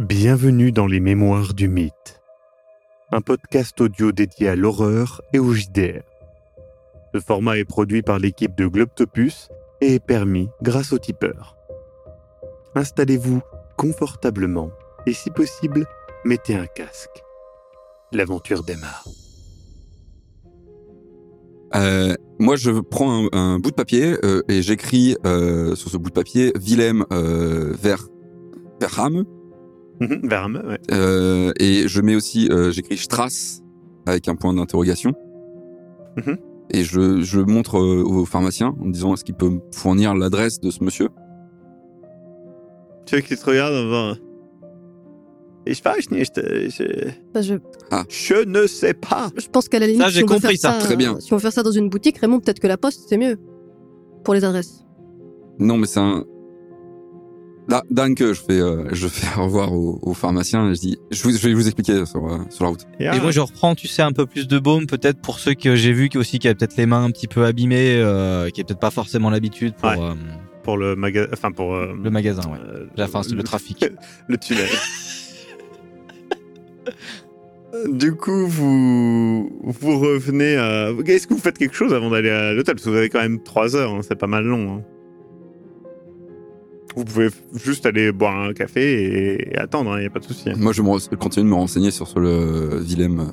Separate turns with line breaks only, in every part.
Bienvenue dans les Mémoires du Mythe, un podcast audio dédié à l'horreur et au JDR. Ce format est produit par l'équipe de Globtopus et est permis grâce au tipeur. Installez-vous confortablement et si possible, mettez un casque. L'aventure démarre.
Euh, moi, je prends un, un bout de papier euh, et j'écris euh, sur ce bout de papier Willem euh, Ver- Verham.
Verme, Mhm, ouais.
Euh, et je mets aussi, euh, j'écris Strass avec un point d'interrogation.
Mhm.
Et je, je montre euh, au pharmacien en disant est-ce qu'il peut me fournir l'adresse de ce monsieur
Ceux qui se regardent en disant, Ich weiß nicht, je,
Enfin, Bah, je,
je ne sais pas.
je pense qu'à la limite,
Ça, j'ai
si on veut
compris
faire
ça,
très bien.
Si on veut faire ça dans une boutique, Raymond, peut-être que la poste, c'est mieux. Pour les adresses.
Non, mais c'est un. Da- Danke, je fais, euh, je fais au revoir au, au pharmacien et je dis je, vous- je vais vous expliquer sur, euh, sur la route.
Ah
Et moi, je reprends, tu sais, un peu plus de baume, peut-être pour ceux que j'ai vu qui aussi qui avaient peut-être les mains un petit peu abîmées, euh, qui n'avaient peut-être pas forcément l'habitude pour
Ouais.
euh,
pour le magasin, enfin pour euh,
le magasin, ouais.
euh,
La fin, c'est le trafic.
le tunnel. du coup, vous vous revenez à. Est-ce que vous faites quelque chose avant d'aller à l'hôtel Parce que vous avez quand même 3 heures, hein, c'est pas mal long. hein. Vous pouvez juste aller boire un café et, et attendre, il n'y a pas de souci. hein.
Moi, je me re- continue de me renseigner sur ce, le Willem euh,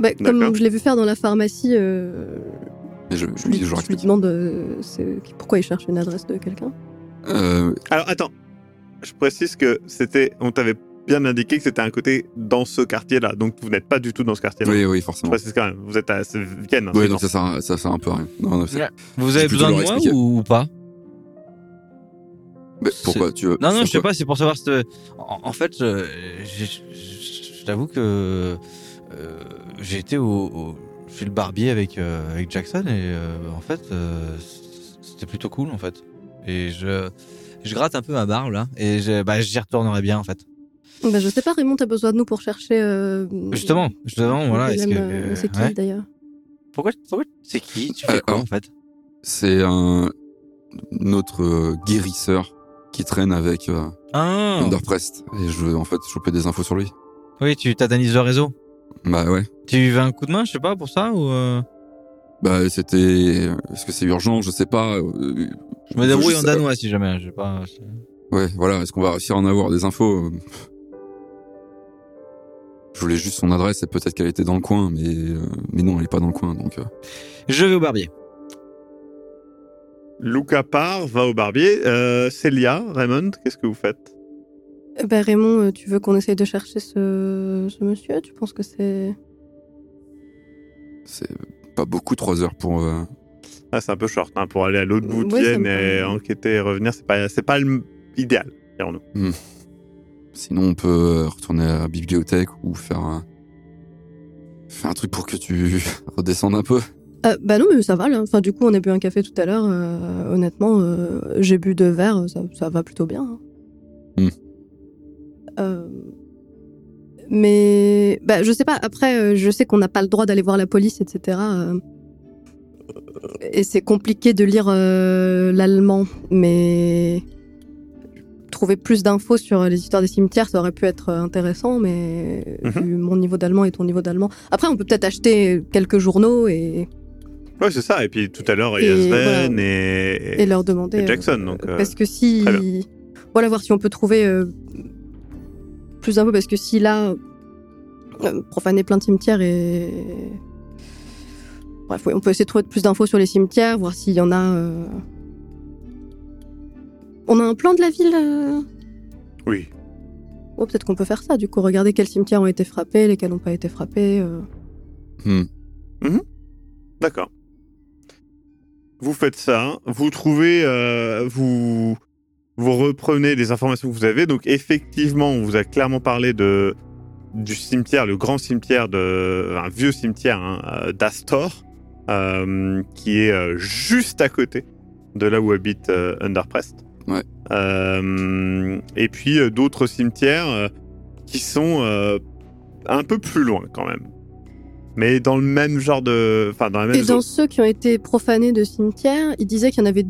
Bah,
D'accord.
comme je l'ai vu faire dans la pharmacie, euh,
et je, je
je,
lui
lui,
dis je leur
je lui
explique.
demande euh, c'est- pourquoi il cherche une adresse de quelqu'un.
Euh,
Alors attends, je précise que c'était. On t'avait bien indiqué que c'était un côté dans ce quartier-là, donc vous n'êtes pas du tout dans ce quartier-là.
oui, oui,
Je
forcément.
précise quand même, vous êtes à c'est Vienne. hein,
Oui,
c'est
donc ça sert, à- ça sert un peu à rien. Non, non, c'est-
Ouais. Vous
Je vais
avez
plutôt
besoin de
leur
moi
expliquer.
ou, ou pas
Mais pourquoi tu veux
Non, non,
faire
je sais
quoi
pas, c'est pour savoir. si te- En, en fait, euh, j'ai- je je t'avoue que euh, j'ai été au, au- chez le barbier avec, euh, avec Jackson et euh, en fait, euh, c'était plutôt cool en fait. Et je, je gratte un peu ma barbe là et je- bah, j'y retournerai bien en fait.
Bah, je sais pas, Raymond, t'as besoin de nous pour chercher. euh,
Justement, justement, voilà. est-ce
Willem,
que-
euh, C'est qui
ouais.
d'ailleurs
Pourquoi, pourquoi c'est qui Tu
Euh,
fais quoi
alors-
en fait
C'est un notre euh, guérisseur qui traîne avec euh,
Ah
Underprest et je veux en fait choper des infos sur lui.
Oui, tu t'analyses le réseau.
Bah ouais.
Tu veux un coup de main, je sais pas, pour ça ou euh,
Bah c'était est-ce que c'est urgent, je sais pas. euh,
Je me débrouille en
sais-
danois si jamais, je sais pas.
euh, Ouais, voilà, est-ce qu'on va réussir à en avoir des infos Je voulais juste son adresse et peut-être qu'elle était dans le coin mais euh, mais non, elle est pas dans le coin donc euh,
Je vais au barbier.
Luca part, va au barbier. Euh, Célia, Raymond, qu'est-ce que vous faites
Eh ben, Raymond, euh, tu veux qu'on essaye de chercher ce, ce monsieur Tu penses que c'est.
c'est pas beaucoup trois heures pour euh,
ah, C'est un peu short hein, pour aller à l'autre bout de
Ouais, ça
Vienne
me
et
paraît-
enquêter et revenir. C'est pas, c'est pas le- idéal. dirons-nous.
Sinon, on peut euh, retourner à la bibliothèque ou faire un, faire un truc pour que tu redescendes un peu.
Euh, bah non, mais ça va là. Enfin, du coup, on a bu un café tout à l'heure. euh, honnêtement, euh, j'ai bu deux verres, ça, ça va plutôt bien. hein.
Hmm.
Euh, mais bah, je sais pas, après, euh, je sais qu'on n'a pas le droit d'aller voir la police, etc. euh, et c'est compliqué de lire euh, l'allemand, mais trouver plus d'infos sur les histoires des cimetières, ça aurait pu être euh, intéressant, mais
Mhm.
vu mon niveau d'allemand et ton niveau d'allemand. Après, on peut peut-être acheter quelques journaux et.
Ouais, c'est ça. Et puis tout à l'heure, il y a
Et
Sven
voilà.
et,
et leur demander.
et Jackson,
euh,
donc, euh,
parce que si.
très
Voilà, voir si on peut trouver euh, plus d'infos, parce que si là, euh, profaner plein de cimetières et. Bref, oui, on peut essayer de trouver plus d'infos sur les cimetières, voir s'il y en a. euh. On a un plan de la ville euh
Oui.
Oh, peut-être qu'on peut faire ça, du coup, regarder quels cimetières ont été frappés, lesquels n'ont pas été frappés. euh.
D'accord. Vous faites ça. Vous trouvez. euh, vous, vous reprenez les informations que vous avez. Donc, effectivement, on vous a clairement parlé de, du cimetière, le grand cimetière, de, un vieux cimetière hein, euh, d'Astor, euh, qui est euh, juste à côté de là où habite euh, Underprest.
Ouais.
Euh, et puis, euh, d'autres cimetières euh, qui sont euh, un peu plus loin quand même. Mais dans le même genre de. Enfin, dans la même
Et dans
zone.
ceux qui ont été profanés de cimetières, il disait qu'il y en avait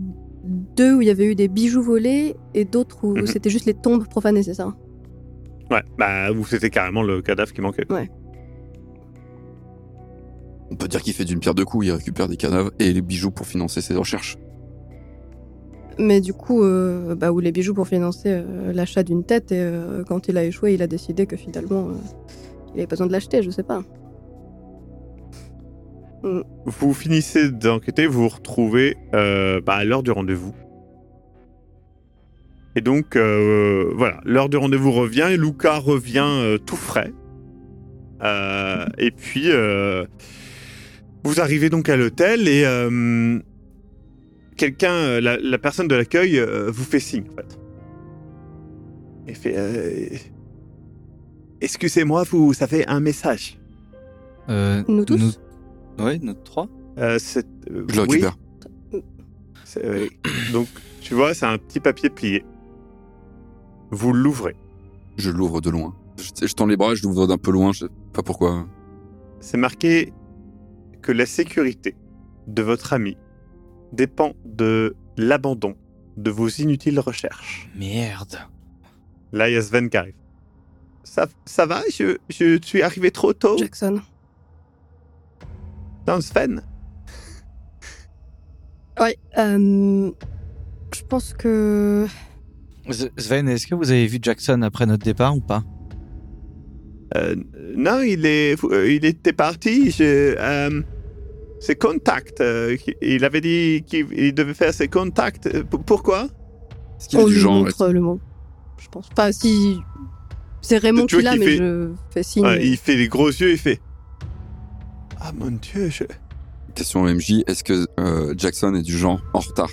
deux où il y avait eu des bijoux volés et d'autres où
Mhm.
c'était juste les tombes profanées, c'est ça
Ouais, bah, vous, c'était carrément le cadavre qui manquait.
On peut dire qu'il fait d'une pierre deux coups, il récupère des cadavres et les bijoux pour financer ses recherches.
Mais du coup, euh, bah, ou les bijoux pour financer euh, l'achat d'une tête. Et euh, quand il a échoué, il a décidé que finalement, euh, il avait pas besoin de l'acheter, je sais pas.
Vous finissez d'enquêter, vous vous retrouvez euh, bah, à l'heure du rendez-vous. Et donc, euh, voilà, l'heure du rendez-vous revient et Luca revient euh, tout frais. Euh, et puis, euh, vous arrivez donc à l'hôtel et euh, quelqu'un, euh, la, la personne de l'accueil, euh, vous fait signe, en fait. Et fait euh, Excusez-moi, vous avez un message.
Euh,
Nous tous
Ouais, nous trois.
Euh, c'est- euh,
Je le
oui.
récupère.
C'est- euh, donc, tu vois, c'est un petit papier plié. Vous l'ouvrez.
Je l'ouvre de loin. Je, je tends les bras, je l'ouvre d'un peu loin, je sais pas pourquoi.
C'est marqué que la sécurité de votre ami dépend de l'abandon de vos inutiles recherches.
Merde.
Là, il y a Sven qui arrive. Ça, ça va je, je suis arrivé trop tôt
Jackson.
Non, Sven
Ouais. euh, je pense que.
Z- Sven, est-ce que vous avez vu Jackson après notre départ ou pas
Euh, Non, il, est, euh, il était parti. je- euh, ses contacts. euh, il avait dit qu'il il devait faire ses contacts. Euh, p- Pourquoi
Est-ce
On lui montre le mot. Je pense. Pas si. C'est Raymond
Tu
qui
vois
l'a,
qu'il
mais
fait-
je fais signe.
Ouais, il fait les gros yeux, il fait Ah mon dieu, je.
Question MJ, est-ce que euh, Jackson est du genre en retard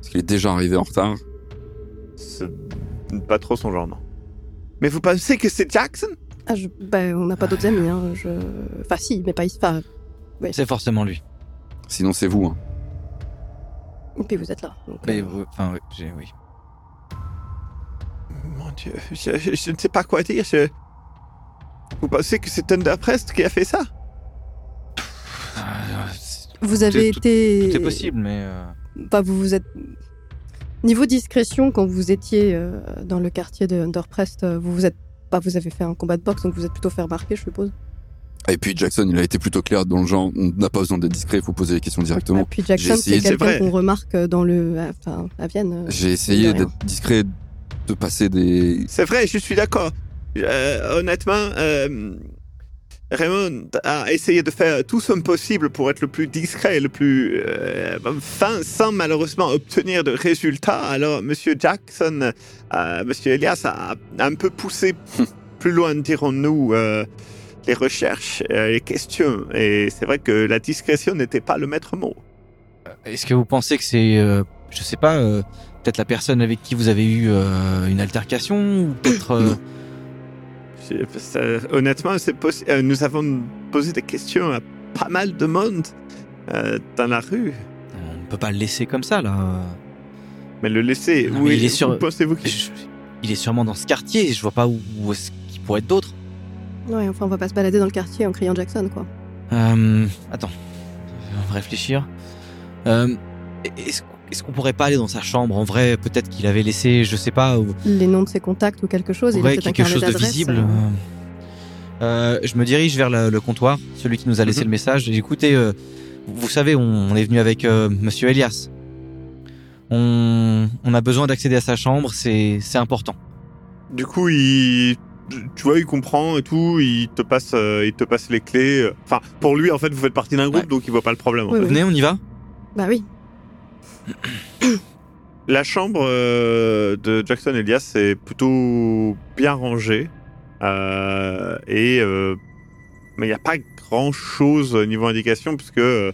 Est-ce qu'il est déjà arrivé en retard
C'est pas trop son genre, non. Mais vous pensez que c'est Jackson
Ah, je- bah, on n'a pas d'autres amis. Hein. Je... Enfin, si, mais pas ici. Enfin, Oui.
C'est forcément lui.
Sinon, c'est vous. hein.
et puis vous êtes là. donc,
Mais,
euh,
ouais, enfin, oui, j'ai- oui.
Mon dieu, je, je- je ne sais pas quoi dire, je. Vous pensez que c'est Thunderprest qui a fait ça
Ah, c'est-
Vous avez
tout-
été.
Tout est possible, mais euh,
Bah, vous vous êtes. Niveau discrétion, quand vous étiez euh, dans le quartier de Underprest, euh, vous vous êtes. Bah, vous avez fait un combat de boxe, donc vous êtes plutôt fait remarquer, je suppose.
Et puis Jackson, il a été plutôt clair dans le genre, on n'a pas besoin d'être discret, il faut poser les questions
Et
directement.
Ah, puis
j'ai
Jackson,
essayé,
c'est
c'est vrai.
quelqu'un qu'on remarque euh, dans le. à- Enfin, à Vienne. euh,
J'ai essayé
de rien.
d'être discret, de passer des...
C'est vrai, je suis d'accord. Euh, honnêtement, euh, Raymond a essayé de faire tout son possible pour être le plus discret et le plus euh, fin, sans malheureusement obtenir de résultats. Alors, Monsieur Jackson, euh, Monsieur Elias a un peu poussé plus loin, dirons-nous, euh, les recherches, euh, les questions. Et c'est vrai que la discrétion n'était pas le maître mot.
est-ce que vous pensez que c'est, euh, je sais pas, euh, peut-être la personne avec qui vous avez eu euh, une altercation ou peut-être. euh,
C'est- c'est- honnêtement, c'est possi- euh, nous avons posé des questions à pas mal de monde euh, dans la rue.
on ne peut pas le laisser comme ça là. euh.
Mais le laisser,
Non,
où
mais
est-
il est sûr-
où pensez-vous
Je-
qu'il
je- il est sûrement dans ce quartier. Je vois pas où, où est-ce qu'il pourrait être d'autre.
Ouais, enfin, on va pas se balader dans le quartier en criant Jackson, quoi.
Euh, attends, on va réfléchir. Euh, est-ce, est-ce qu'on pourrait pas aller dans sa chambre En vrai, peut-être qu'il avait laissé, je sais pas, ou,
Les noms de ses contacts ou quelque chose. il a
ouais,
peut-être un
quelque
carnet
chose de
d'adresses,
visible.
euh.
Euh, je me dirige vers le, le comptoir, celui qui nous a laissé
Mhm.
le message. Et Écoutez, euh, vous savez, on, on est venu avec euh, Monsieur Elias. On, on a besoin d'accéder à sa chambre, c'est, c'est important.
Du coup, il, tu vois, il comprend et tout. Il te passe, euh, il te passe les clés. Enfin, pour lui, en fait, vous faites partie d'un groupe,
Ouais.
donc il voit pas le problème. en
Oui,
fait.
oui.
Venez, on y va
Bah oui.
La chambre euh, de Jackson Elias est plutôt bien rangée. euh, et euh, mais il n'y a pas grand chose niveau indication, puisque euh,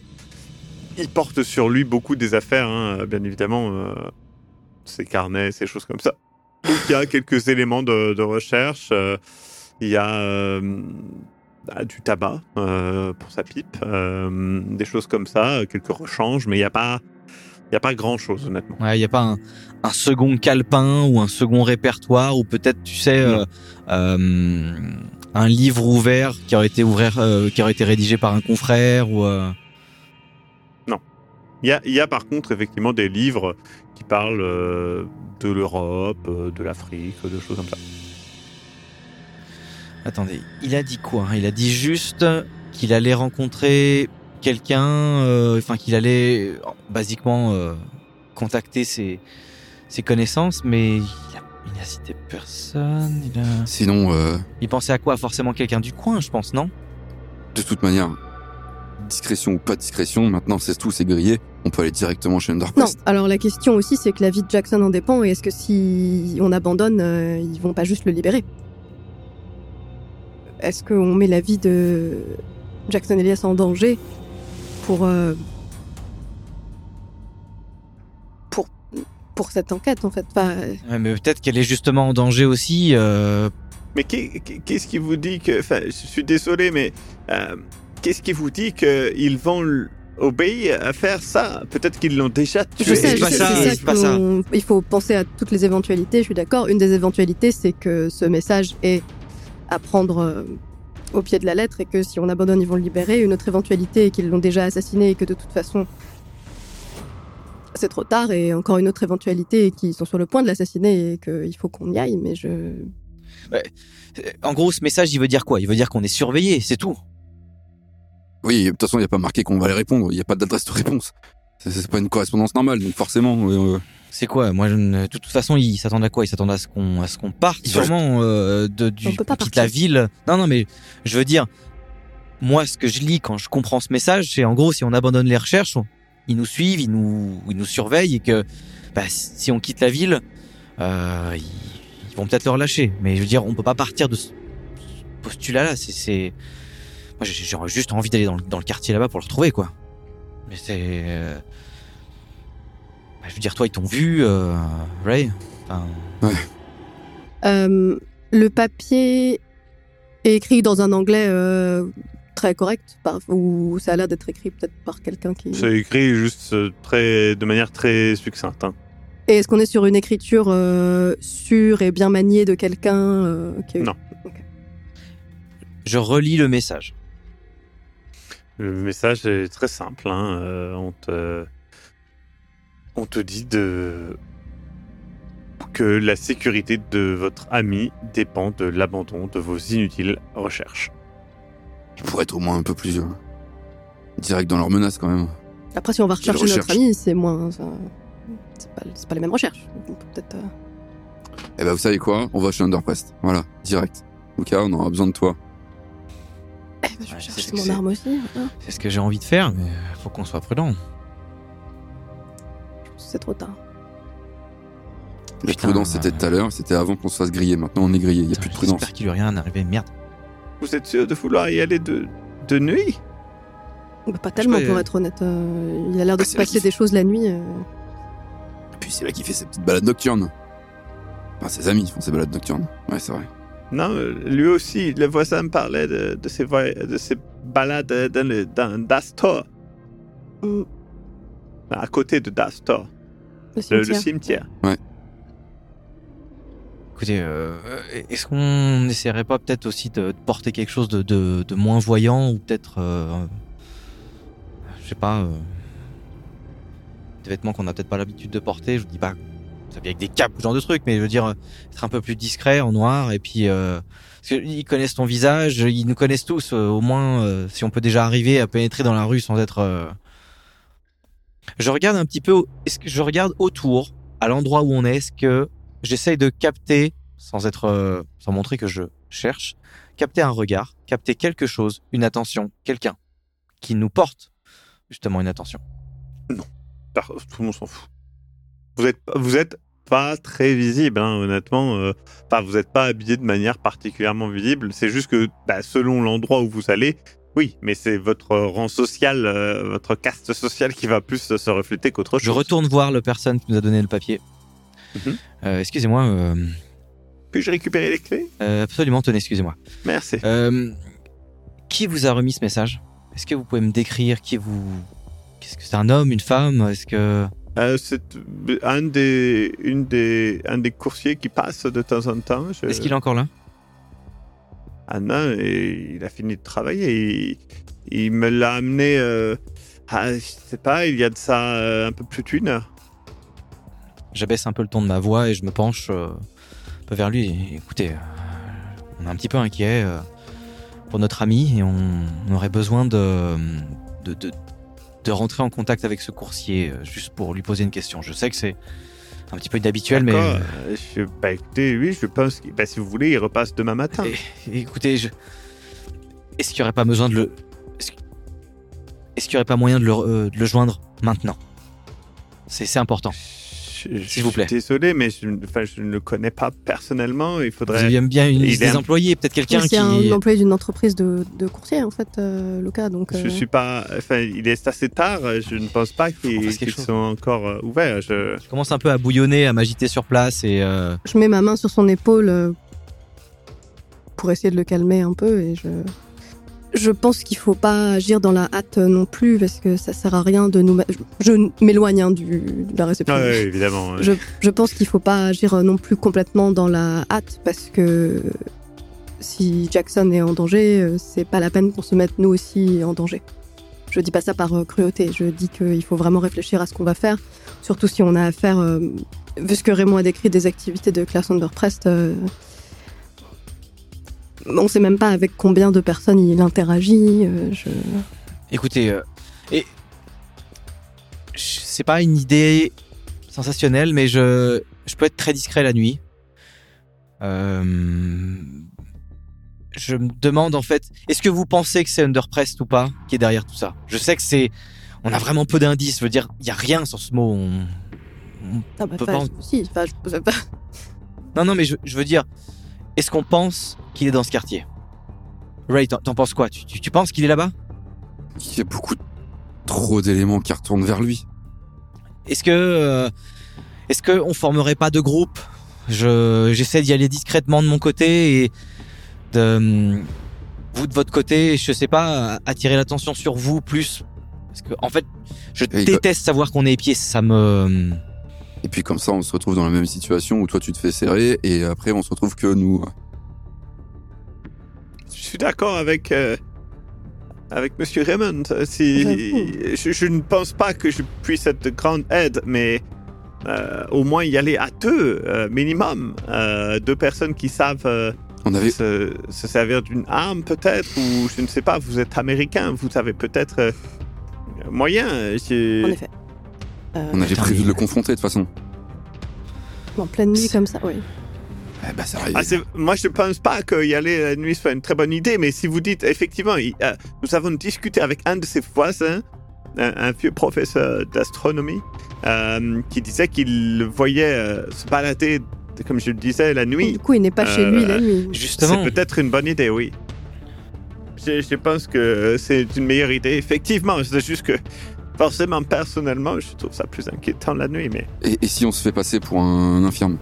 il porte sur lui beaucoup des affaires, hein, bien évidemment, euh, ses carnets, ces choses comme ça. Donc il y a quelques éléments de, de recherche. euh, Il y a euh, bah, du tabac euh, pour sa pipe, euh, des choses comme ça, quelques rechanges, mais il n'y a pas. Il n'y a pas grand chose, honnêtement.
Il n'y a pas un, un second calepin ou un second répertoire ou peut-être, tu sais, euh, euh, un livre ouvert qui aurait été, ouvert, euh, qui aurait été rédigé par un confrère ou... euh,
Il y a, il y a par contre effectivement des livres qui parlent euh, de l'Europe, euh, de l'Afrique, de choses comme ça.
Attendez, il a dit quoi hein Il a dit juste qu'il allait rencontrer quelqu'un, euh, enfin qu'il allait euh, basiquement euh, contacter ses, ses connaissances, mais il a, il a cité personne. Il, a-
Sinon, euh,
il pensait à quoi Forcément quelqu'un du coin, je pense, non
de toute manière, discrétion ou pas discrétion, maintenant c'est tout, c'est grillé. On peut aller directement chez
Non,
Underquest.
alors la question aussi, c'est que la vie de Jackson en dépend, et est-ce que si on abandonne, euh, ils vont pas juste le libérer Est-ce qu'on met la vie de Jackson Elias en danger pour. euh, pour. pour cette enquête, en fait Enfin,
Ouais, Mais peut-être qu'elle est justement en danger aussi. euh,
Mais qu'est- qu'est- qu'est-ce qui vous dit que... Enfin, je suis désolé, mais euh, qu'est-ce qui vous dit qu'ils vont l- obéir à faire ça Peut-être qu'ils l'ont déjà tué.
Je sais,
c'est
je
pas
sais,
ça,
c'est
c'est pas ça.
qu'on- Il faut penser à toutes les éventualités, je suis d'accord. Une des éventualités, c'est que ce message est à prendre euh, au pied de la lettre et que si on abandonne, ils vont le libérer. Une autre éventualité est qu'ils l'ont déjà assassiné et que de toute façon, c'est trop tard. Et encore une autre éventualité est qu'ils sont sur le point de l'assassiner et qu'il faut qu'on y aille. Mais je.
En gros, ce message, il veut dire quoi Il veut dire qu'on est surveillé, c'est tout.
Oui, de toute façon, il n'y a pas marqué qu'on va les répondre. Il n'y a pas d'adresse de réponse. C'est- C'est pas une correspondance normale, donc forcément. euh,
C'est quoi Moi, je ne- de toute façon, ils s'attendent à quoi Ils s'attendent à ce qu'on à ce qu'on parte,
Ils veulent-
sûrement euh, de du
On peut pas
quitte
partir.
la ville. Non, non, mais je veux dire, moi, ce que je lis quand je comprends ce message, c'est en gros, si on abandonne les recherches, on- ils nous suivent, ils nous ils nous surveillent et que bah, si on quitte la ville, euh, ils, ils vont peut-être le relâcher. Mais je veux dire, on peut pas partir de ce ce postulat-là. C'est c'est moi, j'ai- j'aurais juste envie d'aller dans le, dans le quartier là-bas pour le retrouver, quoi. Mais c'est euh, bah, je veux dire, toi, ils t'ont vu, euh, Ray. Enfin,
Euh, le papier est écrit dans un anglais euh, très correct, par- ou ça a l'air d'être écrit peut-être par quelqu'un qui.
C'est écrit juste euh, très, de manière très succincte. hein.
Et est-ce qu'on est sur une écriture euh, sûre et bien maniée de quelqu'un euh, qui a eu-
Non.
je relis le message.
Le message est très simple. hein, euh, on, te, on te dit de, que la sécurité de votre ami dépend de l'abandon de vos inutiles recherches.
ils pourraient être au moins un peu plus. euh, direct dans leur menace quand même.
Après, si on va rechercher
recherche.
notre ami, c'est moins. ça- C'est pas, c'est pas les mêmes recherches. On peut peut-être. euh,
Eh ben, vous savez quoi On va chez Underquest. Voilà, direct. Lucas, on aura besoin de toi.
Eh ben, je vais
Ouais, c'est
chercher
ce que
mon
c'est.
arme aussi. hein.
C'est ce que j'ai envie de faire, mais faut qu'on soit prudent.
C'est trop tard.
La
Putain,
prudence, c'était tout à l'heure, c'était avant qu'on se fasse griller. Maintenant, on est grillé, il n'y a plus de prudence.
J'espère qu'il lui est rien arrivé. Merde.
Vous êtes sûr de vouloir y aller de, de nuit
Bah, pas tellement,
peux-
pour être honnête. euh, il a l'air de
Ah,
se
c'est vrai
passer
qu'il-
des choses la nuit. euh.
Et puis, c'est là qu'il fait ses petites balades nocturnes. Enfin, ses amis font ses balades nocturnes. Ouais, c'est vrai.
Non, euh, lui aussi, le voisin me parlait de, de, ses, voy- de ses balades dans, le, dans Dastor,
Mm,
à côté de Dastor,
le
le-
cimetière.
le cimetière.
Écoutez, euh, est-ce qu'on n'essaierait pas peut-être aussi de, de porter quelque chose de, de- de moins voyant ou peut-être, euh, je sais pas, euh, des vêtements qu'on n'a peut-être pas l'habitude de porter. Je vous dis pas, ça vient avec des capes, ce genre de trucs, mais je veux dire euh, être un peu plus discret en noir et puis euh, parce que ils connaissent ton visage, ils nous connaissent tous. euh, au moins, euh, si on peut déjà arriver à pénétrer dans la rue sans être, euh, je regarde un petit peu, au- est-ce que je regarde autour, à l'endroit où on est, est-ce que j'essaye de capter, sans être, euh, sans montrer que je cherche, capter un regard, capter quelque chose, une attention, quelqu'un qui nous porte justement une attention.
Par- tout le monde s'en fout. Vous êtes, vous êtes pas très visible, hein, honnêtement. euh, Enfin, vous n'êtes pas habillé de manière particulièrement visible. C'est juste que, bah, selon l'endroit où vous allez, oui, mais c'est votre rang social, euh, votre caste sociale qui va plus se refléter qu'autre chose.
Je retourne voir le personne qui nous a donné le papier.
Mhm.
Euh, excusez-moi, euh,
Puis-je récupérer les clés
euh, absolument, tenez, excusez-moi.
Merci.
Euh, qui vous a remis ce message Est-ce que vous pouvez me décrire qui vous Qu'est-ce que c'est un homme, une femme Est-ce que
Euh, c'est un des, une des, un des coursiers qui passe de temps en temps. Je-
est-ce qu'il est encore là
Anna, et il a fini de travailler. Il, il me l'a amené, euh, à, je sais pas, il y a de ça euh, un peu plus d'une heure.
J'abaisse un peu le ton de ma voix et je me penche euh, un peu vers lui. Écoutez, euh, on est un petit peu inquiet euh, pour notre ami et on, on aurait besoin de, de, de, de rentrer en contact avec ce coursier euh, juste pour lui poser une question. Je sais que c'est un petit peu inhabituel, mais
D'accord. Euh, je- bah, écoutez, oui, je pense que bah, si vous voulez, il repasse demain matin.
é- euh, écoutez, je... est-ce qu'il n'y aurait pas besoin de le. Est-ce qu'- est-ce qu'il n'y aurait pas moyen de le, euh, de le joindre maintenant C'est c'est important.
Je- je
S'il vous plaît.
suis Désolé, mais je, ne- enfin, je ne le connais pas personnellement. Il
Vous
faudrait.
aimez bien une
Il
liste
est un-
des employés, peut-être quelqu'un
Mais C'est
qui.
un employé d'une entreprise de, de courtier, en fait, euh, Lucas. Donc,
Je
euh,
suis pas. Enfin, il est assez tard. Je ne pense pas
Faut qu'on
qu'ils
fasse quelque
qu'ils
chose.
sont encore euh, ouverts. Je...
Je commence un peu à bouillonner, à m'agiter sur place et. euh,
je mets ma main sur son épaule euh, pour essayer de le calmer un peu et je. Je pense qu'il faut pas agir dans la hâte euh, non plus parce que ça sert à rien de nous. ma- je- Je m'éloigne hein, du de la réception.
Ah, ouais, évidemment. ouais.
Je, je pense qu'il faut pas agir non plus complètement dans la hâte parce que si Jackson est en danger, euh, c'est pas la peine qu'on se mette nous aussi en danger. Je dis pas ça par euh, cruauté, je dis qu'il faut vraiment réfléchir à ce qu'on va faire, surtout si on a affaire, euh, vu ce que Raymond a décrit des activités de Claire Underprest, on sait même pas avec combien de personnes il interagit. euh, je...
Écoutez, euh, et je- c'est pas une idée sensationnelle, mais je, je peux être très discret la nuit. Euh, je me demande en fait, est-ce que vous pensez que c'est Underprest ou pas qui est derrière tout ça Je sais que c'est, on a vraiment peu d'indices. Je veux dire, il y a rien sur ce mot. on- on
Ah bah,
Peut
enfin,
pas-
si, enfin, je-
Non, non, mais je, je veux dire, est-ce qu'on pense qu'il est dans ce quartier Ray, t'en- t'en penses quoi tu, tu- tu penses qu'il est là-bas
Il y a beaucoup trop d'éléments qui retournent vers lui.
Est-ce que. euh, est-ce qu'on formerait pas de groupe Je J'essaie d'y aller discrètement de mon côté et. De, hum, vous de votre côté, je sais pas, attirer l'attention sur vous plus. Parce que, en fait, je
Et il va-
déteste savoir qu'on est épié, ça me. euh,
Et puis comme ça, on se retrouve dans la même situation où toi tu te fais serrer et après on se retrouve que nous.
Je suis d'accord avec euh, avec Monsieur Raymond. Euh, Si
J'avoue.
je, je ne pense pas que je puisse être de grande aide, mais euh, au moins y aller à deux euh, minimum, Euh, deux personnes qui savent euh,
On avait,
se, se servir d'une arme peut-être ou je ne sais pas. Vous êtes américain, vous avez peut-être euh, moyen.
en
Je-
effet. Euh,
on avait
Putain,
prévu
mais-
de le confronter de toute façon.
En pleine nuit comme ça, oui.
Eh ben ça arrive.
Ah, c'est- moi, je pense pas qu'y aller la nuit soit une très bonne idée, mais si vous dites, effectivement, il- euh, nous avons discuté avec un de ses voisins, un, un vieux professeur d'astronomie, euh, qui disait qu'il le voyait euh, se balader, comme je le disais, la nuit.
Du coup, il n'est pas chez
Euh,
lui la nuit.
C'est
Justement.
peut-être une bonne idée, oui. Je, je pense que c'est une meilleure idée, effectivement. C'est juste que, forcément, personnellement, je trouve ça plus inquiétant la nuit, mais
Et, et si on se fait passer pour un infirme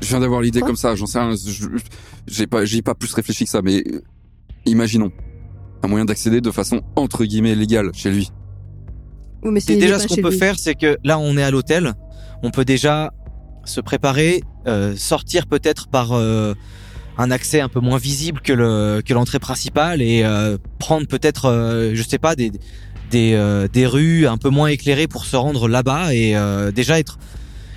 Je viens d'avoir l'idée
Quoi
comme ça, j'en sais rien. je- J'ai pas, j'y ai pas plus réfléchi que ça, mais euh, imaginons un moyen d'accéder de façon entre guillemets légale chez lui.
Oui, mais
C'est
s'il
déjà
est
ce
pas
qu'on
chez
peut
lui.
faire, c'est que là on est à l'hôtel, on peut déjà se préparer, euh, sortir peut-être par euh, un accès un peu moins visible que le que l'entrée principale et euh, prendre peut-être, euh, je sais pas, des des, euh, des rues un peu moins éclairées pour se rendre là-bas et euh, déjà être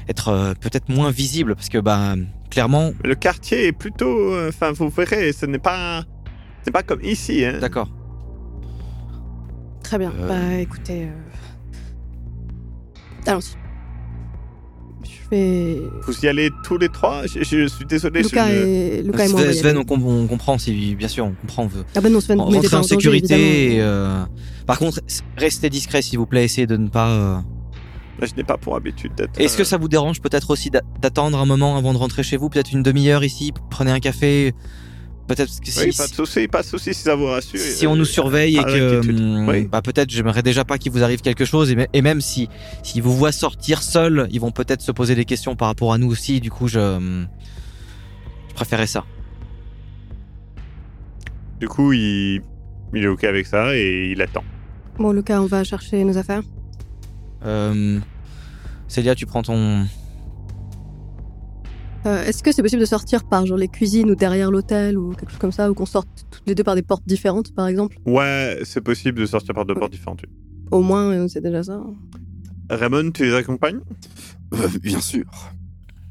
être euh, peut-être moins visible parce que bah clairement,
le quartier est plutôt. euh, Enfin, vous verrez, ce n'est pas. C'est pas comme ici, hein.
d'accord.
Très bien.
Euh.
Bah écoutez. euh, Allons-y. Je vais.
Vous y allez tous les trois Je, je suis désolé. je
Lucas,
ne-
et... Lucas et moi. on va
Sven,
y
Sven,
aller.
on, com- on comprend, si bien sûr, on comprend. on veut-
Ah bah non, Sven, vous mettez
Rentrer
pas
en
danger,
sécurité. et,
évidemment.
euh, Par contre, s- restez discret, s'il vous plaît. Essayez de ne pas. euh,
je n'ai pas pour habitude d'être.
Est-ce
euh,
que ça vous dérange peut-être aussi d'a- d'attendre un moment avant de rentrer chez vous, peut-être une demi-heure ici, prenez un café, peut-être parce que si,
Oui, pas de souci, pas de souci si ça vous rassure. euh,
si on nous surveille et
pas
que,
d'inquiétude.
hum,
Oui.
bah peut-être j'aimerais déjà pas qu'il vous arrive quelque chose et, mê- et même si s'ils vous voient sortir seul, ils vont peut-être se poser des questions par rapport à nous aussi. Du coup, je hum, je préférais ça.
Du coup, il... il est OK avec ça et il attend.
Bon, Lucas, on va chercher nos affaires.
Euh, Célia, tu prends ton
Euh, Est-ce que c'est possible de sortir par genre les cuisines ou derrière l'hôtel ou quelque chose comme ça, ou qu'on sorte toutes les deux par des portes différentes, par exemple
Ouais, c'est possible de sortir par deux portes différentes. oui.
Au moins, euh, c'est déjà ça.
Raymond, tu les accompagnes
Euh, bien sûr.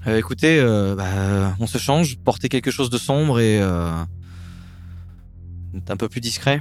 Euh, écoutez, euh, bah, on se change, portez quelque chose de sombre et euh, un peu plus discret.